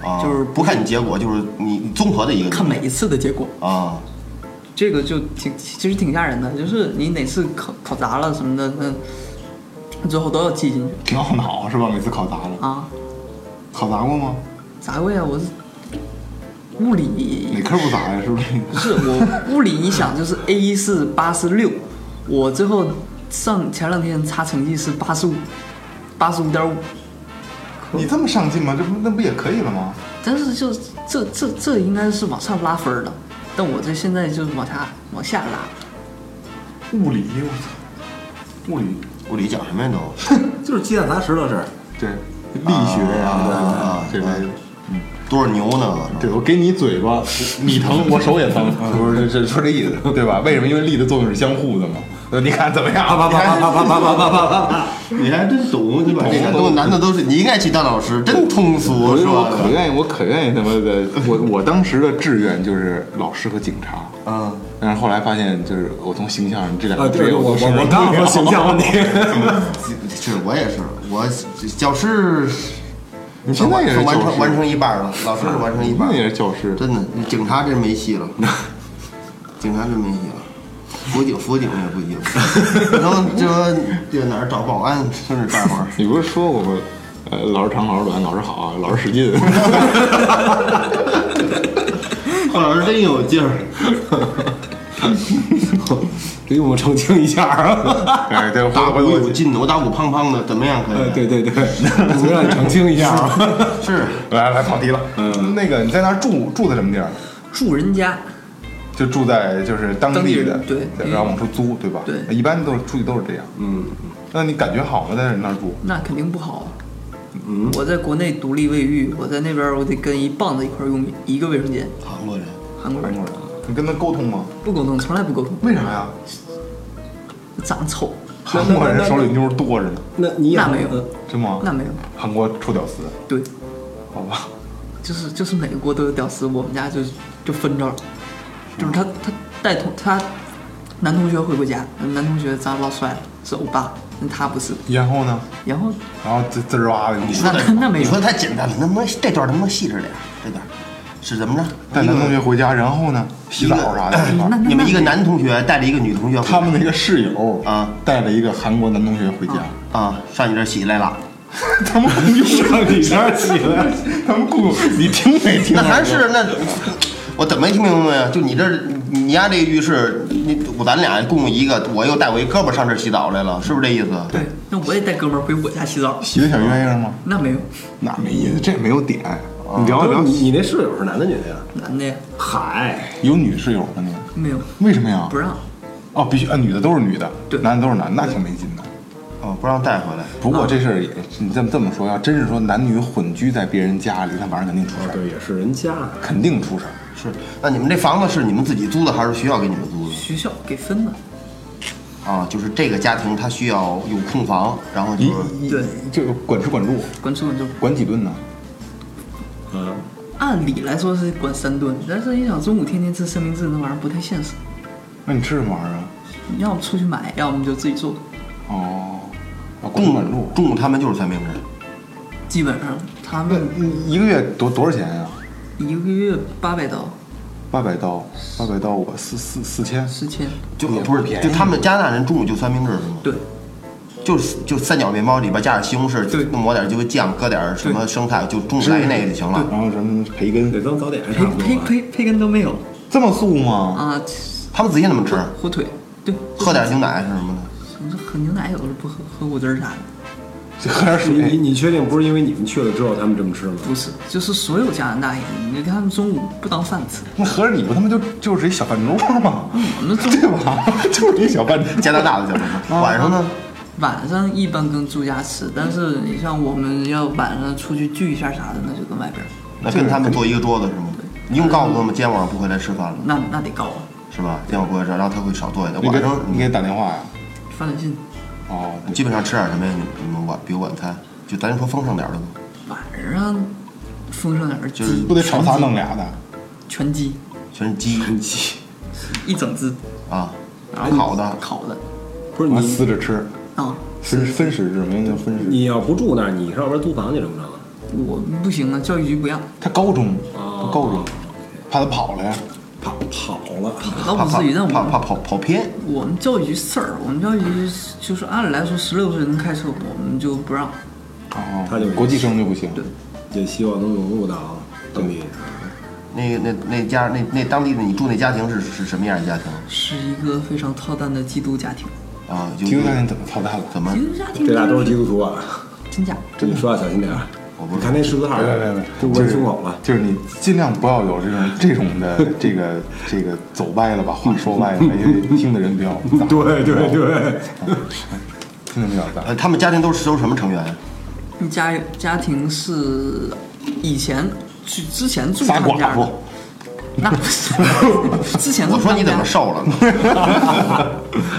Speaker 2: 啊，
Speaker 4: 就是
Speaker 2: 不看你结果，就是你你综合的一个
Speaker 4: 看每一次的结果。
Speaker 2: 啊，
Speaker 4: 这个就挺其实挺吓人的，就是你哪次考考砸了什么的，那最后都要记进去
Speaker 1: 挺懊恼是吧？每次考砸了，
Speaker 4: 啊。
Speaker 1: 考砸过吗？
Speaker 4: 咋过呀？我是物
Speaker 1: 哪
Speaker 4: 理
Speaker 1: 科不砸呀？是不是？
Speaker 4: 不是我物理，你想就是 A 是八十六，我最后上前两天查成绩是八十五，八十五点五，
Speaker 1: 你这么上进吗？这不那不也可以了吗？
Speaker 4: 但是就这这这应该是往上拉分儿的，但我这现在就是往下往下拉，
Speaker 1: 物理，我操，物理
Speaker 2: 物理讲什么呀都。
Speaker 3: 就是鸡蛋砸石头是。
Speaker 1: 对，力学呀
Speaker 2: 啊，
Speaker 1: 这
Speaker 2: 啊
Speaker 1: 个。
Speaker 2: 多少牛呢？
Speaker 1: 对，我给你嘴巴，你疼，我手也疼，不是这这说这意思，对吧？为什么？因为力的作用是相互的嘛。呃你看怎么样？
Speaker 3: 啪啪啪啪啪啪啪啪啪啪啪。
Speaker 2: 你还真懂，你把这
Speaker 1: 懂
Speaker 2: 个都男的都是，你应该去当老师，真通俗
Speaker 1: 我啊
Speaker 2: 是
Speaker 1: 就我
Speaker 2: 吧？
Speaker 1: 可愿意，我可愿意他妈的，我我当时的志愿就是老师和警察，
Speaker 2: 嗯，
Speaker 1: 但是后来发现，就是我从形象上这两
Speaker 3: 啊，
Speaker 1: 个职
Speaker 3: 对，
Speaker 1: 业
Speaker 3: 我
Speaker 1: 都
Speaker 3: 我
Speaker 1: 胜任
Speaker 3: 我
Speaker 1: 不
Speaker 3: 刚想说
Speaker 1: 了
Speaker 3: 形象 问题。
Speaker 2: 是我也是，我教师
Speaker 1: 你现在也是
Speaker 2: 完
Speaker 1: 教
Speaker 2: 成
Speaker 1: 师
Speaker 2: 完成一半了，老师是完成一半
Speaker 1: 那，也是教师，
Speaker 2: 真的，警察真没戏了，警察真没戏了。辅警，辅警也 不行，然后这说这哪儿找保安，甚至大 伙儿，
Speaker 1: 你不是说过吗？呃，老师长，老师短，老师好，啊老师使 劲。
Speaker 2: 后老师真有劲儿。
Speaker 3: 给我们澄清一下啊！
Speaker 1: 哎，对，
Speaker 2: 打
Speaker 1: 回
Speaker 2: 鼓
Speaker 1: 回
Speaker 2: 有
Speaker 1: 我
Speaker 2: 劲的，我打鼓胖胖的，怎么样可
Speaker 3: 呃，
Speaker 2: 以？
Speaker 3: 对对对，我们让你澄清一 下啊！
Speaker 2: 是
Speaker 1: 来来跑题了。嗯，那个你在那儿住住的什么地儿？
Speaker 4: 住人家
Speaker 1: 啊就住在就是当
Speaker 4: 当地
Speaker 1: 地的
Speaker 4: 人，对嗯
Speaker 1: 然后往出租，对吧？
Speaker 4: 对
Speaker 1: 一般都是出去都是这样。
Speaker 3: 嗯，
Speaker 1: 那你感觉好吗？在人那儿住？
Speaker 4: 那肯定不好啊。我在国内独立卫浴，我在那边我得跟一棒子一块儿用一个卫生间。
Speaker 2: 韩国人，
Speaker 4: 韩国人
Speaker 1: 你跟他沟通吗？
Speaker 4: 不沟通，从来不沟通，
Speaker 1: 为啥呀？
Speaker 4: 长丑，
Speaker 1: 韩国人手里妞儿多着呢，
Speaker 3: 那你也
Speaker 4: 那没有
Speaker 3: 呃
Speaker 1: 真吗？
Speaker 4: 那没有，
Speaker 1: 韩国臭屌丝，
Speaker 4: 对，
Speaker 1: 好吧？
Speaker 4: 就是就是每个国都有屌丝，我们家就就分这儿，就是他他带同他男同学回过家，男同学长得老帅了，是欧巴，但他不是，
Speaker 1: 然后呢？
Speaker 4: 然后
Speaker 1: 然后滋滋儿哇的，
Speaker 2: 你说
Speaker 4: 那
Speaker 2: 太
Speaker 4: 那没有
Speaker 2: 你说太简单了，能不能这段能不能细致点？这段是怎么着？
Speaker 1: 带
Speaker 2: 一
Speaker 1: 男
Speaker 2: 个
Speaker 1: 同学回家，然后呢？洗澡啥的一块儿。
Speaker 2: 你们一个男同学带着一个女同学回来，
Speaker 1: 他们那个室友
Speaker 2: 啊，
Speaker 1: 带了一个韩国男同学回家，
Speaker 2: 啊上你这儿洗来了，
Speaker 1: 他们共用，
Speaker 3: 上你这儿起来，
Speaker 1: 他们共用，你听没听？
Speaker 2: 那还是那。我怎么没听明白呀？就你这儿，你家这浴室，你我咱俩共用一个，我又带我一哥们儿上这儿洗澡来了，是不是这意思？
Speaker 4: 对，那我也带哥们儿回我家洗澡，
Speaker 1: 洗的小鸳鸯吗？
Speaker 4: 那没有，
Speaker 1: 那没意思，这没有点。你聊一
Speaker 3: 啊不是
Speaker 1: 聊，
Speaker 3: 你你那室友是男的女的呀？
Speaker 4: 男的呀
Speaker 3: 嗨，
Speaker 1: 有女室友吗？你
Speaker 4: 没有，
Speaker 1: 为什么呀？
Speaker 4: 不让，
Speaker 1: 哦，必须啊，女的都是女的，
Speaker 4: 对
Speaker 1: 男的都是男，那挺没劲的。
Speaker 2: 哦，不让带回来。
Speaker 1: 不过这事儿也，你这么这么说，要真是说男女混居在别人家里，那晚上肯定出事儿，
Speaker 3: 哦对，也是人家。
Speaker 1: 肯定出事儿。
Speaker 2: 是，那你们这房子是你们自己租的，还是学校给你们租的？
Speaker 4: 学校给分的，
Speaker 2: 啊，就是这个家庭他需要有空房，然后就
Speaker 1: 一
Speaker 2: 是
Speaker 1: 一
Speaker 4: 对
Speaker 1: 就管吃管住，
Speaker 4: 管吃管住。
Speaker 1: 管几顿呢？
Speaker 3: 嗯，
Speaker 4: 按理来说是管三顿，但是你想中午天天吃三明治那玩意儿不太现实，
Speaker 1: 那你吃什么玩意儿啊？
Speaker 4: 你要么出去买，要么就自己做，
Speaker 1: 哦，啊管吃
Speaker 2: 中
Speaker 1: 管
Speaker 2: 午
Speaker 1: 住。
Speaker 2: 中午他们就是三明治，
Speaker 4: 基本上他
Speaker 1: 那
Speaker 4: 们
Speaker 1: 你一个月多多少钱呀、
Speaker 4: 一个月八百刀，
Speaker 1: 八百刀，八百刀，我四四四千，
Speaker 4: 四千，
Speaker 2: 就
Speaker 1: 也不
Speaker 2: 不是
Speaker 1: 便宜
Speaker 2: 就他们加拿大人中午就三明治是吗？
Speaker 4: 对，
Speaker 2: 就是就三角面包里边加点西红柿
Speaker 4: 对，
Speaker 2: 抹点就酱，搁点什么生菜，就中午来那个就行了。
Speaker 1: 然后什么培根，
Speaker 3: 对，当早点还
Speaker 4: 培
Speaker 3: 差不多啊
Speaker 4: 培
Speaker 3: 吧。
Speaker 4: 培培根都没有
Speaker 1: 这么素吗？
Speaker 4: 啊，
Speaker 2: 他们自己怎么吃？
Speaker 4: 火腿，对，
Speaker 2: 喝点牛奶是什么的？
Speaker 4: 什么是喝牛奶有的不喝，喝果汁儿啥的，
Speaker 1: 就喝点
Speaker 3: 你你
Speaker 1: 水。
Speaker 3: 你确定不是因为你们去了之后他们这么吃 吗？
Speaker 4: 不是，就是所有加拿大人，你看他们中午不当饭吃，
Speaker 1: 那合着你不他妈就就是一小饭桌吗？
Speaker 4: 我 们 中
Speaker 1: 对吧？就是一 小饭桌。
Speaker 2: 加拿大的叫什么？晚上呢？
Speaker 4: 晚上一般跟住家吃，但是你像我们要晚上出去聚一下啥的，那就跟外边儿，
Speaker 2: 那跟他们坐一个桌子是吗？你用告诉他们今天晚上不回来吃饭了，
Speaker 4: 那那得高啊，
Speaker 2: 是吧？今天晚上不回来吃，然后他会少做一点。
Speaker 1: 你
Speaker 2: 晚
Speaker 1: 给
Speaker 2: 上
Speaker 1: 你给打电话呀？
Speaker 4: 发短信。
Speaker 1: 哦，
Speaker 2: 基本上吃点什么呀？你你们晚比如晚餐，就咱说丰盛点儿的吧。
Speaker 4: 晚上丰盛点儿
Speaker 2: 就是
Speaker 4: 鸡，
Speaker 1: 不得炒仨弄俩的？
Speaker 4: 全鸡
Speaker 2: 全是鸡
Speaker 3: 很急，
Speaker 4: 一整只
Speaker 2: 啊，
Speaker 4: 哎
Speaker 2: 然后烤的。
Speaker 4: 烤的
Speaker 3: 不是
Speaker 1: 完
Speaker 3: 你
Speaker 1: 撕着吃，
Speaker 4: 啊，
Speaker 1: 分分食制，没人分食。
Speaker 3: 你要不住那儿，你上边租房去怎么着啊？
Speaker 4: 我不行啊，教育局不让，
Speaker 1: 他高中，他
Speaker 3: 哦
Speaker 1: 高中，怕他跑了呀。
Speaker 3: 跑跑了，
Speaker 4: 倒
Speaker 2: 怕
Speaker 4: 不
Speaker 2: 怕
Speaker 4: 至于，但我
Speaker 2: 怕怕
Speaker 4: 们
Speaker 2: 跑跑偏，
Speaker 4: 啊我们教育局事儿，我们教育局就是按理来说十六岁能开车，我们就不让，
Speaker 1: 哦，
Speaker 3: 他就是
Speaker 1: 国际生就不行。
Speaker 4: 对
Speaker 3: 也希望能融入到当地。
Speaker 2: 那那那家那那当地的你住那家庭是是什么样的家庭
Speaker 4: 是一个非常操蛋的基督家庭，
Speaker 2: 啊？就
Speaker 1: 基督教你怎么操蛋了？
Speaker 2: 怎么
Speaker 4: 基？督家庭
Speaker 3: 这俩都是
Speaker 4: 就
Speaker 3: 基督徒 啊！
Speaker 4: 真假，
Speaker 3: 你说话小心点儿。
Speaker 2: 我不
Speaker 3: 你看那十字号，
Speaker 1: 别别别别，
Speaker 3: 就
Speaker 1: 就
Speaker 3: 问
Speaker 1: 是
Speaker 3: 胸口了。
Speaker 1: 就是你尽量不要有这种这种 的这个这个走歪了，把话说 歪了，因为听的人比较杂，
Speaker 3: 对对对，
Speaker 1: 听的人比较杂。
Speaker 2: 呃，他们家庭都是都是什么成员？啊
Speaker 4: 家家庭是以前去之前住
Speaker 1: 仨
Speaker 4: 他们
Speaker 1: 寡
Speaker 4: 家的
Speaker 1: 妇，，
Speaker 4: 那不是之前住
Speaker 2: 我说
Speaker 4: 他
Speaker 2: 你
Speaker 4: 们
Speaker 2: 怎么
Speaker 4: 家
Speaker 2: 瘦了呢？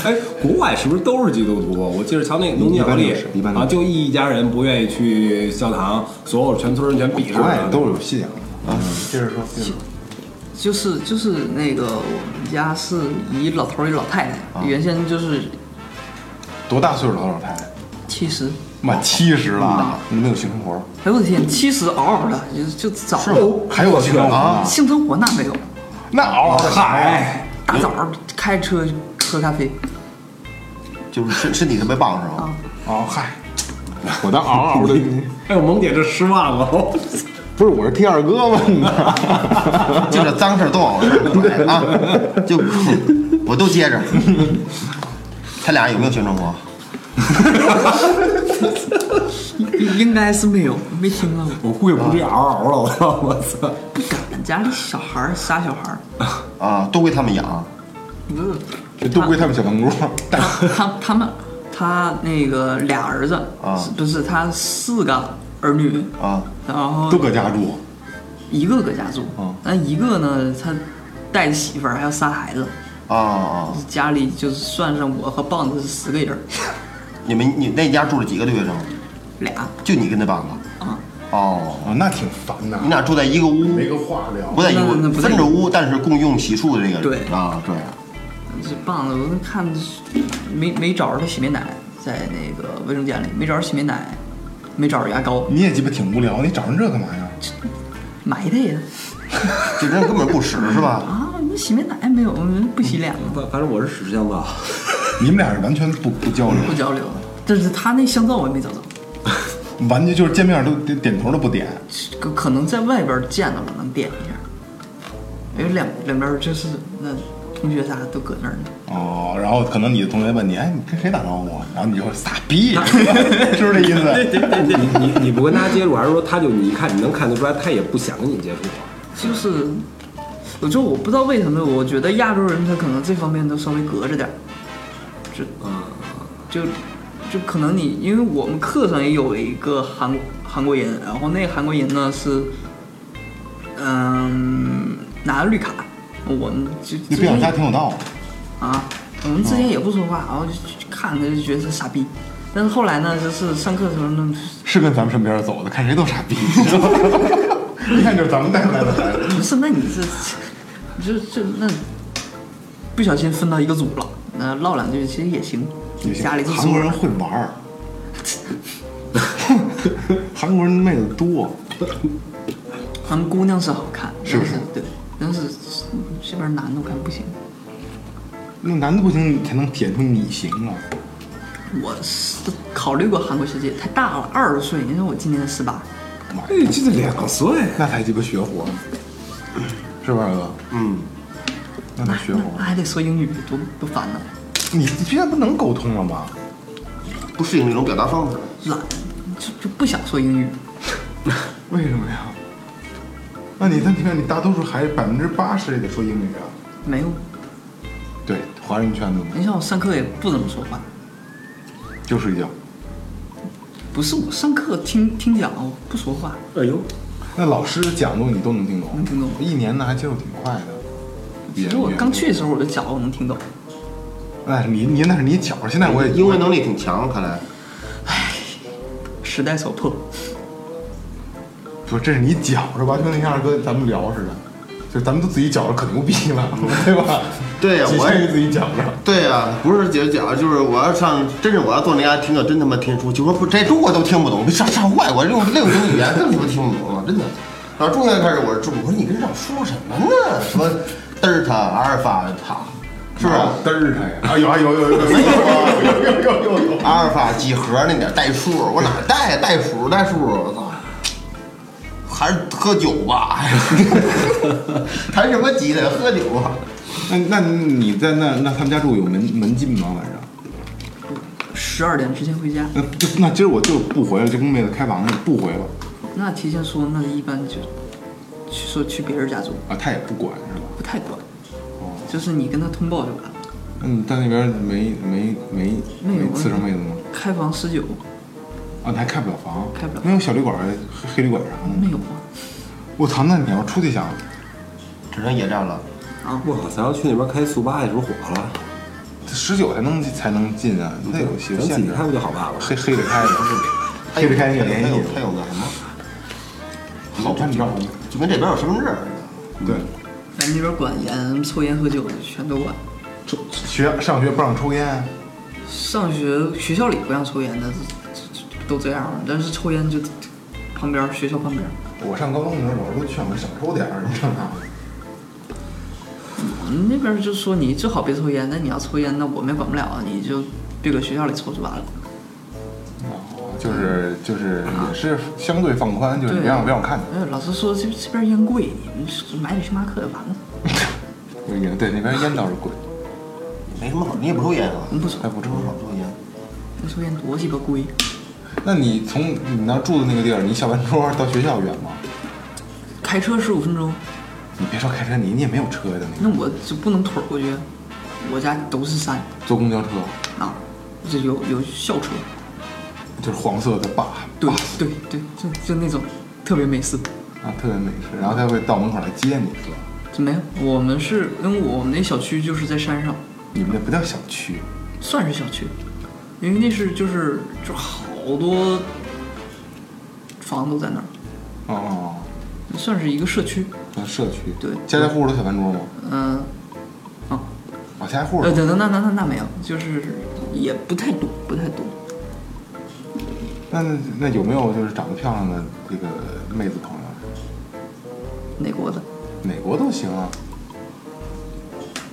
Speaker 3: 哎，国外是不是都是基督徒？我记得瞧那《农间条例
Speaker 1: 一般都是一般》都是
Speaker 3: 啊，就一家人不愿意去教堂，所有全村人全比上
Speaker 1: 国外
Speaker 3: 了。
Speaker 1: 都是有信仰的啊。接着说，接着说
Speaker 4: 就是就是那个我们家是一老头儿一老太太，
Speaker 1: 啊
Speaker 4: 原先就是
Speaker 1: 多大岁数了，老太太？
Speaker 4: 七十，
Speaker 1: 妈，七十了，你没有性生活，哦
Speaker 4: 哎我的天，七十嗷嗷的，就就早，
Speaker 1: 还有性生活呢？
Speaker 4: 性生活那没有，
Speaker 1: 那嗷嗷的
Speaker 3: 嗨，
Speaker 4: 大早上开车喝咖啡
Speaker 2: 就是身身体特别棒是吗？
Speaker 4: 啊，
Speaker 1: 哦嗨，我当嗷嗷的，
Speaker 3: 哎呦，萌姐这失望了。
Speaker 1: 不是我是替二哥问 的。
Speaker 2: 就这脏事儿都往我这儿拐 啊！就我都接着。他俩有没有性生活？
Speaker 4: 应应该是没有，没听到过。
Speaker 3: 我估计不至于嗷嗷了，我操！我操！
Speaker 4: 不敢，家里小孩儿仨小孩儿，
Speaker 2: 啊，都归他们养。
Speaker 4: 嗯，
Speaker 1: 这都归他们小 饭锅。但
Speaker 4: 他他他们他那个俩儿子
Speaker 2: 啊
Speaker 4: 是不是他四个儿女，
Speaker 2: 啊，
Speaker 4: 然后
Speaker 1: 都搁家住，
Speaker 4: 一个搁家住
Speaker 1: 啊，
Speaker 4: 那一个呢他带着媳妇儿还有仨孩子，
Speaker 2: 啊啊！
Speaker 4: 家里就是算上我和棒子是十个人儿，
Speaker 2: 你们你那家住了几个留学生？
Speaker 4: 俩
Speaker 2: 就你跟那棒子。
Speaker 4: 啊，
Speaker 2: 哦，
Speaker 1: 啊，那挺烦的
Speaker 2: 你，俩住在一个屋，
Speaker 1: 没个话聊。
Speaker 2: 不在一个
Speaker 4: 那那
Speaker 2: 屋，
Speaker 4: 不在
Speaker 2: 分着屋，但是共用洗漱的这个。
Speaker 4: 对
Speaker 2: 啊，对。
Speaker 4: 这棒子我看没没找着他洗面奶，在那个卫生间里没找着洗面奶，没找着牙膏，
Speaker 1: 你也鸡巴挺无聊，你找人这干嘛呀？
Speaker 4: 埋汰呀
Speaker 2: 这人根本不使是吧？
Speaker 4: 啊！那洗面奶没有，不洗脸了，
Speaker 3: 反反正我是屎箱子 啊，
Speaker 1: 你们俩是完全不不交流，
Speaker 4: 不交流。但是他那香皂我也没找着。
Speaker 1: 完全就是见面都点点头都不点。
Speaker 4: 可可能在外边见到了，能点一下。因为两两边就是那同学啥都搁那儿呢，
Speaker 1: 哦，然后可能你的同学问你，哎，你跟谁打招呼啊？然后你就会傻逼， 是不是这意思？
Speaker 3: 哎你你你不跟他接触，还是说他就你看你能看得出来，他也不想跟你接触？
Speaker 4: 就是，我就我不知道为什么，我觉得亚洲人他可能这方面都稍微隔着点儿，就
Speaker 1: 嗯
Speaker 4: 就就可能你因为我们课上也有一个韩韩国人，然后那个韩国人呢是，嗯，拿了绿卡，我们就
Speaker 1: 你别想家挺有道
Speaker 4: 啊，我们之前也不说话，然后就就看他就觉得他傻逼。但是后来呢，就是上课的时候呢，
Speaker 1: 是跟咱们身边走的，看谁都傻逼， 你知道吗？一看就是咱们带出来的孩子。
Speaker 4: 不是，那你这，你这这那，不小心分到一个组了，那唠两句其实也行。家里就
Speaker 1: 韩国人会玩儿， 韩国人妹子多，
Speaker 4: 他们姑娘是好看，
Speaker 1: 是不
Speaker 4: 但
Speaker 1: 是
Speaker 4: 是？对，但是这边男的我看不行。
Speaker 1: 那男的不行，你才能显出你行啊。
Speaker 4: 我是考虑过韩国学姐，太大了，二十岁，你说我今年十八，
Speaker 1: 妈呀，
Speaker 3: 哎，这得两岁，
Speaker 1: 那才鸡巴学 活，是吧，二哥？
Speaker 2: 嗯，
Speaker 1: 那才学活。
Speaker 4: 那还得说英语，多多烦呢、
Speaker 1: 你现在不能沟通了吗？
Speaker 2: 不适应这种表达方式。
Speaker 4: 懒，就就不想说英语。
Speaker 1: 为什么呀？那你看，你看，你大多数还百分之八十也得说英语啊。
Speaker 4: 没有，
Speaker 1: 对，华人圈子嘛
Speaker 4: 你像我上课也不怎么说话，
Speaker 1: 就睡觉。
Speaker 4: 不是我上课听听讲，我不说话，
Speaker 3: 哎呦，
Speaker 1: 那老师讲东西你都能听懂，
Speaker 4: 能听懂
Speaker 1: 一年呢还接受挺快的。
Speaker 4: 其实我刚去的时候我就讲我能听懂，
Speaker 1: 那是哎你你那是你巧，现在我也
Speaker 2: 英文能力挺强，看来。
Speaker 4: 时代所迫。
Speaker 1: 不是这是你巧，这完全那像是跟咱们聊似的，就咱们都自己觉着可牛逼了， 对吧？
Speaker 2: 对呀
Speaker 1: 仅
Speaker 2: 我也
Speaker 1: 限于自己觉着。
Speaker 2: 对呀、不是姐讲，就是我要上，真是我要坐那家听课，真他妈听书，就说不，在中国都听不懂，上上外国用另一种语言更他妈听不懂了，真的。然后中间开始我说，我说你跟上说什么呢？什么德尔塔、阿尔法、塔，是不是？
Speaker 1: 嘚儿他呀！啊有啊有有有有有有有有有有！
Speaker 2: 阿尔法几何那点代数，我哪带代数代数？我操！还是喝酒吧，谈什么急呢？喝酒吧。
Speaker 1: 那那你在那那他们家住有门门禁吗？晚上？
Speaker 4: 十二点之前回家，
Speaker 1: 那就那今儿我就不回了，就跟妹子开房去，不回了
Speaker 4: 那提前说，那一般就去说去别人家住，
Speaker 1: 啊，他也不管是吧？
Speaker 4: 不太管，
Speaker 1: 哦，
Speaker 4: 就是你跟他通报就完了。
Speaker 1: 那你嗯在那边没没没
Speaker 4: 那有
Speaker 1: 没
Speaker 4: 问
Speaker 1: 伺候
Speaker 4: 题
Speaker 1: 妹子吗？
Speaker 4: 开房十九
Speaker 1: 啊，你还开不了房，
Speaker 4: 开不了
Speaker 1: 没有小旅馆、黑黑旅馆啥的吗。
Speaker 4: 没有啊？
Speaker 1: 我操，那你要出去想，
Speaker 2: 只剩野战了，
Speaker 4: 啊，
Speaker 3: 我操！咱要去那边开速八也是火了，
Speaker 1: 十九才能才能进啊，那有有
Speaker 3: 咱自
Speaker 1: 限
Speaker 3: 己
Speaker 1: 制
Speaker 3: 开。不就好办了？
Speaker 1: 黑黑的开的，黑的开你也联系
Speaker 2: 还有个什么？
Speaker 1: 好办照顾。
Speaker 2: 就跟这边有身份证儿似的。
Speaker 1: 对，
Speaker 4: 咱们那边管严，抽烟喝酒全都管。
Speaker 1: 抽学上学不让抽烟，
Speaker 4: 上学学校里不让抽烟的，这这这都这样。但是抽烟就旁边学校旁边，
Speaker 1: 我上高中的时候老师都劝我少抽点儿，你知道吗？
Speaker 4: 我们那边就说你最好别抽烟。那你要抽烟，那我们也管不了啊，你就别搁学校里抽就完了。
Speaker 1: 哦就是就是也是相对放宽，就是
Speaker 4: 啊对
Speaker 1: 别让别让我看见。
Speaker 4: 哎，老师说这这边烟贵，你们买点星巴克就完了。
Speaker 1: 那个对那边烟倒是贵，
Speaker 2: 没什么好，你也不抽烟啊？
Speaker 4: 我们不抽
Speaker 1: 还不抽
Speaker 2: 不好抽烟。
Speaker 4: 那宿烟多鸡巴贵，
Speaker 1: 那你从你那住的那个地儿，你下班之后到学校远吗？
Speaker 4: 开车十五分钟，
Speaker 1: 你别说开车，你你也没有车的，你
Speaker 4: 那我就不能腿儿过去，我家都是山
Speaker 1: 坐公交车，
Speaker 4: 啊，这有有校车，
Speaker 1: 就是黄色的坝，
Speaker 4: 对
Speaker 1: 啊
Speaker 4: 对对，就就那种特别美式。
Speaker 1: 啊，特别美式。然后他会到门口来接你，是吧？
Speaker 4: 怎么样？我们是因为我们那小区就是在山上，
Speaker 1: 你们那不叫小区，
Speaker 4: 算是小区，因为那是就是就好多房都在那儿，
Speaker 1: 哦哦，
Speaker 4: 算是一个社区。
Speaker 1: 哦社区，
Speaker 4: 对
Speaker 1: 家家户户都小饭桌吗？
Speaker 4: 嗯、啊，
Speaker 1: 啊，家家户户
Speaker 4: 呃，等等，那那那那没有，就是也不太多，不太多。
Speaker 1: 那那那有没有就是长得漂亮的这个妹子朋友？
Speaker 4: 哪国的？
Speaker 1: 美国都行啊。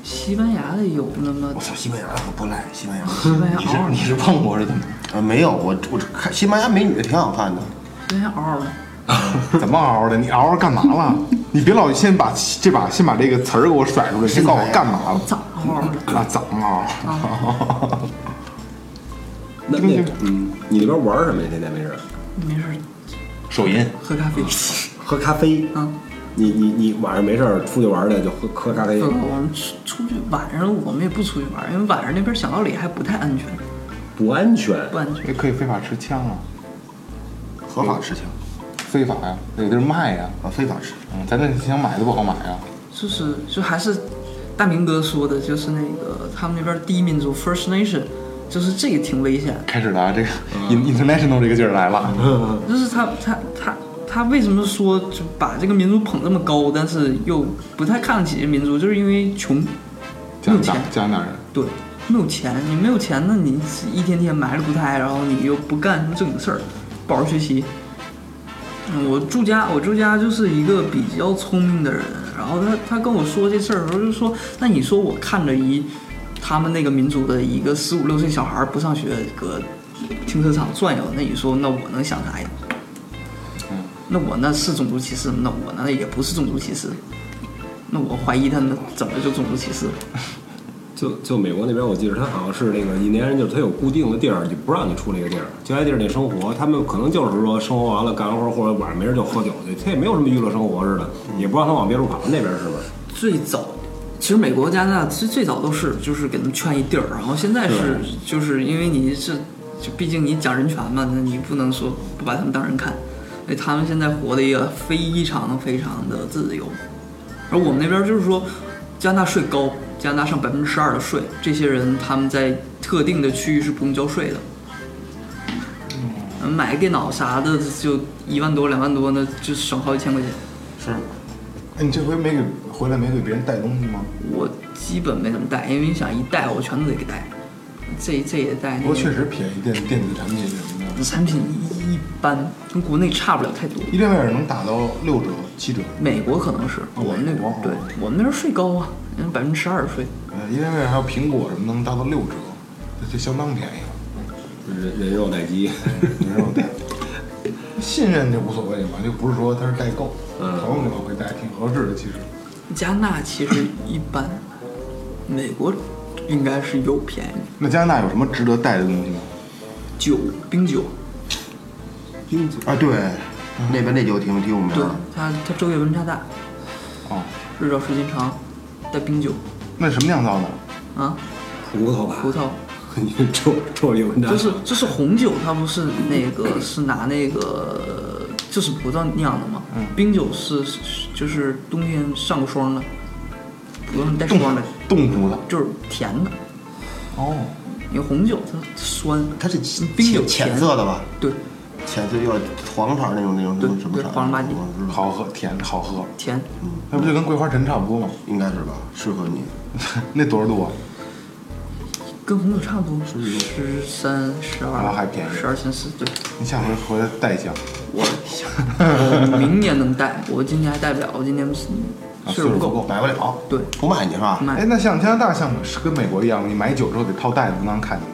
Speaker 4: 西班牙的有那么
Speaker 2: 我操，西班牙可不赖，西班牙。
Speaker 4: 西班牙哦
Speaker 1: 你是你是
Speaker 4: 嗷嗷的，
Speaker 1: 碰过是怎么？
Speaker 2: 啊，没有，我我这看西班牙美女挺好看的，
Speaker 4: 西班牙嗷嗷的。
Speaker 1: 怎么嗷嗷的？你嗷嗷干嘛了？你别老先把这把先把这个词儿给我甩出来，先告诉我干嘛了？
Speaker 4: 咋嗷嗷的？
Speaker 1: 啊，长嗷嗷。
Speaker 3: 那那嗯，你那边玩儿什么呀？天天没事儿
Speaker 4: 没事，
Speaker 1: 手淫，
Speaker 4: 喝咖啡。
Speaker 3: 喝咖啡。
Speaker 4: 嗯，
Speaker 3: 你你你晚上没事儿出去玩儿去，就喝喝咖啡。
Speaker 4: 不我们出出去晚上我们也不出去玩，因为晚上那边小道里还不太安全，
Speaker 3: 不安全
Speaker 4: 不。安全。
Speaker 1: 也可以非法持枪啊，
Speaker 2: 合法持枪
Speaker 1: 非法呀、有地儿卖呀、
Speaker 2: 啊，非法持。
Speaker 1: 嗯，咱这想买都不好买啊呀、
Speaker 4: 就是就还是大明哥说的，就是那个他们那边第一民族 First Nation，就是这个挺危险。
Speaker 1: 开始了啊，这个 in- international 这个劲儿来了。
Speaker 4: 就是他他他他为什么说就把这个民族捧这么高，但是又不太看得起这民族，就是因为穷，
Speaker 1: 加
Speaker 4: 没有
Speaker 1: 拿大
Speaker 4: 钱，，
Speaker 1: 加拿大人，
Speaker 4: 对，没有钱。你没有钱，那你一天天埋了不胎，然后你又不干什么正经事儿，不好好学习。嗯，我住家，我住家就是一个比较聪明的人，然后他他跟我说这事儿的时候就说，那你说我看着一他们那个民族的一个十五六岁小孩儿不上学，搁停车场转悠，那你说那我能想啥呀？那我那是种族歧视吗，那我那也不是种族歧视，那我怀疑他那怎么就种族歧视了？
Speaker 3: 就就美国那边，我记得他好像是那个印第安人，就是他有固定的地儿，就不让你出那个地儿，就在地儿内生活。他们可能就是说生活完了干完活或者晚上没事就喝酒去，他也没有什么娱乐生活似的，也不让他往别处跑。那边是不是？
Speaker 4: 最早，其实美国、加拿大最最早都是就是给他们圈一地儿，然后现在是就是因为你是就毕竟你讲人权嘛，那你不能说不把他们当人看，所以他们现在活的也非常非常的自由，而我们那边就是说加拿大税高，加拿大上百分之十二的税，这些人他们在特定的区域是不用交税的。嗯买个电脑啥的就一万多两万多，那就省好几千块钱。
Speaker 2: 是，
Speaker 1: 哎，你这回没给回来没给别人带东西吗？
Speaker 4: 我基本没怎么带，因为你想一带我全都得给带，这这也带，
Speaker 1: 不
Speaker 4: 那
Speaker 1: 过
Speaker 4: 个
Speaker 1: 确实便宜，电电子产品什么的，
Speaker 4: 产品一一般，跟国内差不了太多。
Speaker 1: 一店外边能打到六折、七折。
Speaker 4: 美国可能是我们那边
Speaker 1: 哦美国，
Speaker 4: 对我们那边税高啊，百分之十二税。
Speaker 1: 呃，一店外边还有苹果什么能达到六折，这这相当便宜了。
Speaker 3: 人人肉待 机。
Speaker 1: 你说我带信任就无所谓嘛，就不是说他是代购，朋友的话会带挺合适的，其实。
Speaker 4: 加拿大其实一般，美国应该是有便宜
Speaker 1: 那加拿大有什么值得带的东西吗？
Speaker 4: 酒，冰酒，
Speaker 2: 啊，对，那边那酒挺挺有名
Speaker 4: 对
Speaker 1: 啊
Speaker 2: 的。
Speaker 4: 它它昼夜温差大，
Speaker 1: 哦，
Speaker 4: 日照时间长，带冰酒
Speaker 1: 那是什么酿造的？
Speaker 4: 啊，
Speaker 3: 葡萄吧，
Speaker 4: 葡萄。
Speaker 3: 你臭臭一文章，
Speaker 4: 就是就是红酒，它不是那个是拿那个就是葡萄酿的嘛，冰酒是是就是冬天上过霜的，葡萄上带霜的，
Speaker 1: 冻葡萄。
Speaker 4: 就是甜的。
Speaker 1: 哦，
Speaker 4: 你红酒它酸，
Speaker 2: 它是
Speaker 4: 冰酒
Speaker 2: 浅
Speaker 4: 甜
Speaker 2: 浅色的吧？
Speaker 4: 对
Speaker 2: 浅色要黄牌那种那种什
Speaker 4: 对
Speaker 2: 么什么
Speaker 4: 对
Speaker 2: 色儿
Speaker 4: 黄了吧唧
Speaker 2: 我知道
Speaker 1: 好喝，甜，好喝。
Speaker 4: 甜，
Speaker 1: 那不就跟桂花陈差不多吗？
Speaker 2: 应该是吧？适合你。
Speaker 1: 那多少度啊？
Speaker 4: 跟红酒差不多，十三十
Speaker 1: 然后还
Speaker 4: 二
Speaker 1: 便宜，
Speaker 4: 十二三四对。
Speaker 1: 你下回回来带一箱。
Speaker 4: 我明年能带，我今年还带不了，我今年
Speaker 1: 啊
Speaker 4: 岁数不
Speaker 1: 岁数不够
Speaker 4: 够。
Speaker 2: 买不了，
Speaker 4: 对，
Speaker 2: 不卖你是吧？
Speaker 4: 买
Speaker 1: 哎，那像加拿大像是跟美国一样，你买酒之后得套袋子，不能让人看见，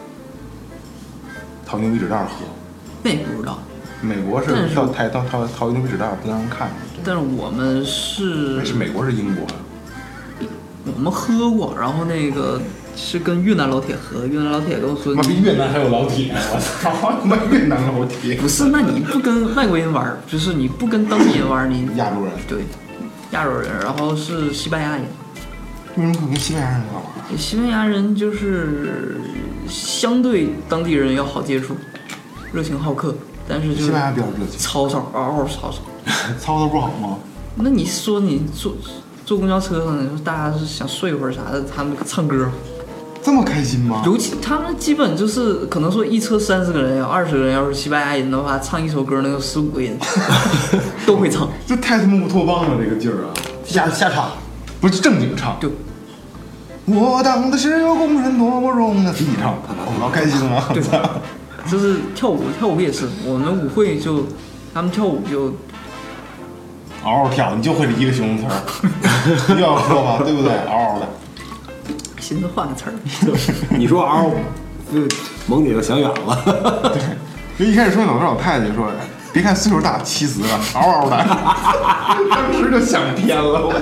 Speaker 1: 套牛皮纸袋儿喝。
Speaker 4: 那也不知道，
Speaker 1: 美国
Speaker 4: 但
Speaker 1: 是
Speaker 4: 是嗯
Speaker 1: 套台套套套牛皮纸袋儿，不能让人看见。
Speaker 4: 但是我们是
Speaker 1: 是美国是英国，
Speaker 4: 我们喝过，然后那个是跟越南老铁合，越南老铁跟我说
Speaker 1: 妈逼越南还有老铁，啊我 操，他妈越南老铁，
Speaker 4: 不是，那你不跟外国人玩儿，就是你不跟当地人玩儿，你
Speaker 1: 亚洲人，
Speaker 4: 对亚洲人，然后是西班牙人，
Speaker 1: 为什么跟西班牙人啊玩？
Speaker 4: 西班牙人就是相对当地人要好接触，热情好客，但是就
Speaker 1: 西
Speaker 4: 是
Speaker 1: 班牙比较热情，
Speaker 4: 吵吵嗷嗷吵吵。
Speaker 1: 操的不好吗？
Speaker 4: 那你说你坐坐公交车上，你说大家是想睡会儿啥的，他们唱歌，
Speaker 1: 这么开心吗？
Speaker 4: 尤其他们基本就是可能说一车三十个人，二十个人，要是西班牙人的话，唱一首歌能有十五个人 都会唱。
Speaker 1: 这太他妈乌托邦了，这个劲儿啊！
Speaker 2: 下下场，
Speaker 1: 不是正经唱，
Speaker 4: 对
Speaker 1: 我当的石油工人多么荣耀，自己唱，我老开心了，我操！
Speaker 4: 就是跳舞，跳舞也是，我们舞会就他们跳舞就
Speaker 1: 嗷嗷跳，你就会这一个形容词儿，又要说吧，对不对？嗷嗷的，
Speaker 4: 寻思换个词儿，
Speaker 3: 你说嗷，就萌姐就想远了。
Speaker 1: 就一开始说老头老太太就说，别看岁数大，气死了，嗷嗷的， 当时就想偏了。我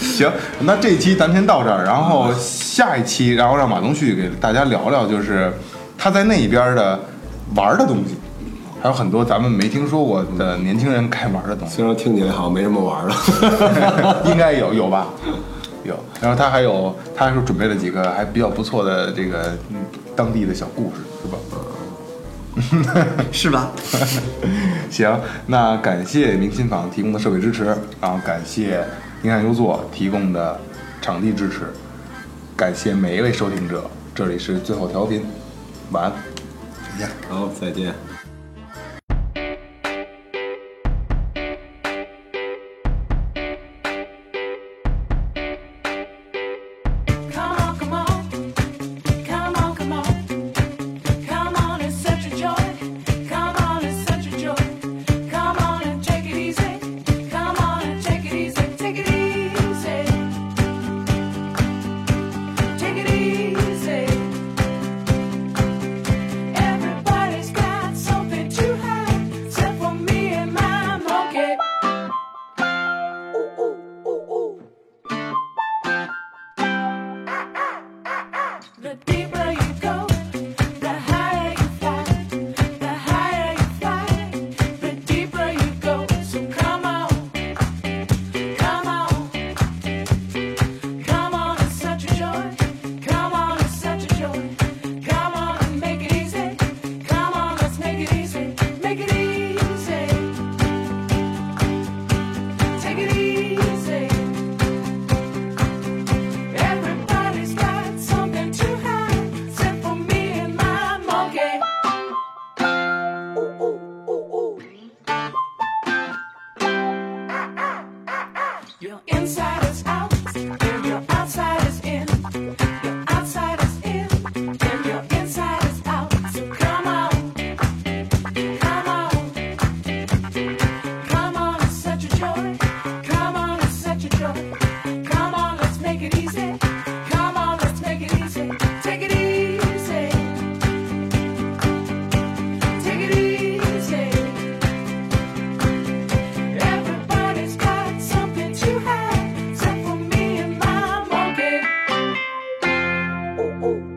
Speaker 1: 行，那这一期咱先到这儿，然后下一期，然后让马东旭给大家聊聊，就是他在那一边的玩儿的东西，还有很多咱们没听说过的年轻人该玩儿的东西，
Speaker 3: 虽然听起来好像没什么玩儿的，
Speaker 1: 应该有有吧？有。然后他还有，他还是准备了几个还比较不错的这个嗯当地的小故事，是吧？
Speaker 4: 是吧？
Speaker 1: 行，那感谢明琴坊提供的设备支持，然后感谢宁汉优作提供的场地支持，感谢每一位收听者。这里是最后调频，晚安。
Speaker 3: 好，再见。
Speaker 5: Come on, come on. Come on, come on. Come on, it's such a joy. Come on, it's such a joy. Come on and take it easy. Come on and take it easy. Take it easy. Take it easy. Everybody's got something to hide, except for me and my monkey. Ooh, ooh, ooh, ooh. The deeper you go, the higher you fly. The higher you fly, the deeper you go. So come on, come on, come on! It's such a joy. Come on, it's such a joy. Come on and make it easy. Come on, let's make it easy. Make it easy. Take it easy. Everybody's got something to hide, except for me and my monkey. Ooh, ooh, ooh, ooh. Your inside is out, and your outside is in. Your outside is in, and your inside is out. So come on, come on. Come on, it's such a joy. Come on, it's such a joy. Come on, let's make it easy. Come on, let's make it easy. Take it easy. Take it easy. Everybody's got something to hide, except for me and my monkey. Ooh, ooh, Oh, oh.